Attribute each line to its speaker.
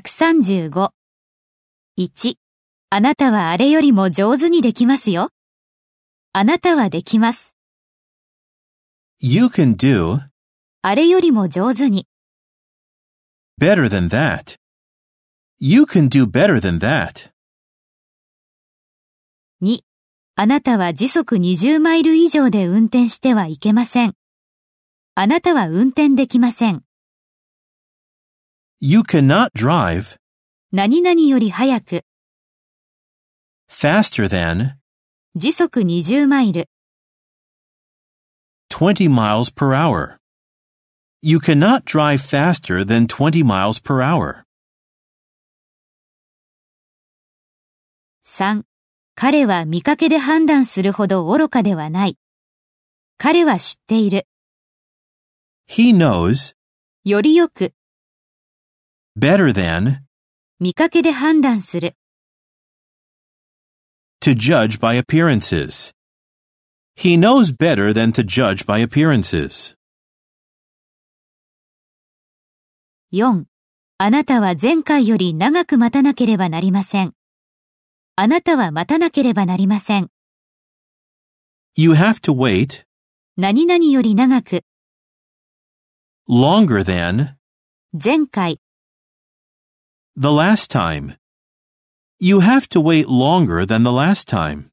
Speaker 1: 135。1. あなたはあれよりも上手にできますよ。あなたはできます。
Speaker 2: You can do
Speaker 1: あれよりも上手に。
Speaker 2: better than that. You can do better than that.
Speaker 1: 2. あなたは時速20マイル以上で運転してはいけません。あなたは運転できません。
Speaker 2: You cannot drive
Speaker 1: 何々より早く、
Speaker 2: faster than
Speaker 1: 時速20マイル、
Speaker 2: 20 miles per hour. You cannot drive faster than 20 miles per hour.
Speaker 1: 3. 彼は見かけで判断するほど愚かではない。彼は知っている。
Speaker 2: He knows
Speaker 1: よりよく、
Speaker 2: better than
Speaker 1: 見かけで判断する。
Speaker 2: to judge by appearances. He knows better than to judge by appearances.
Speaker 1: 4. あなたは前回より長く待たなければなりません。あなたは待たなければなりません。
Speaker 2: You have to wait
Speaker 1: 何々より長く、
Speaker 2: longer than
Speaker 1: 前回、
Speaker 2: the last time. You have to wait longer than the last time.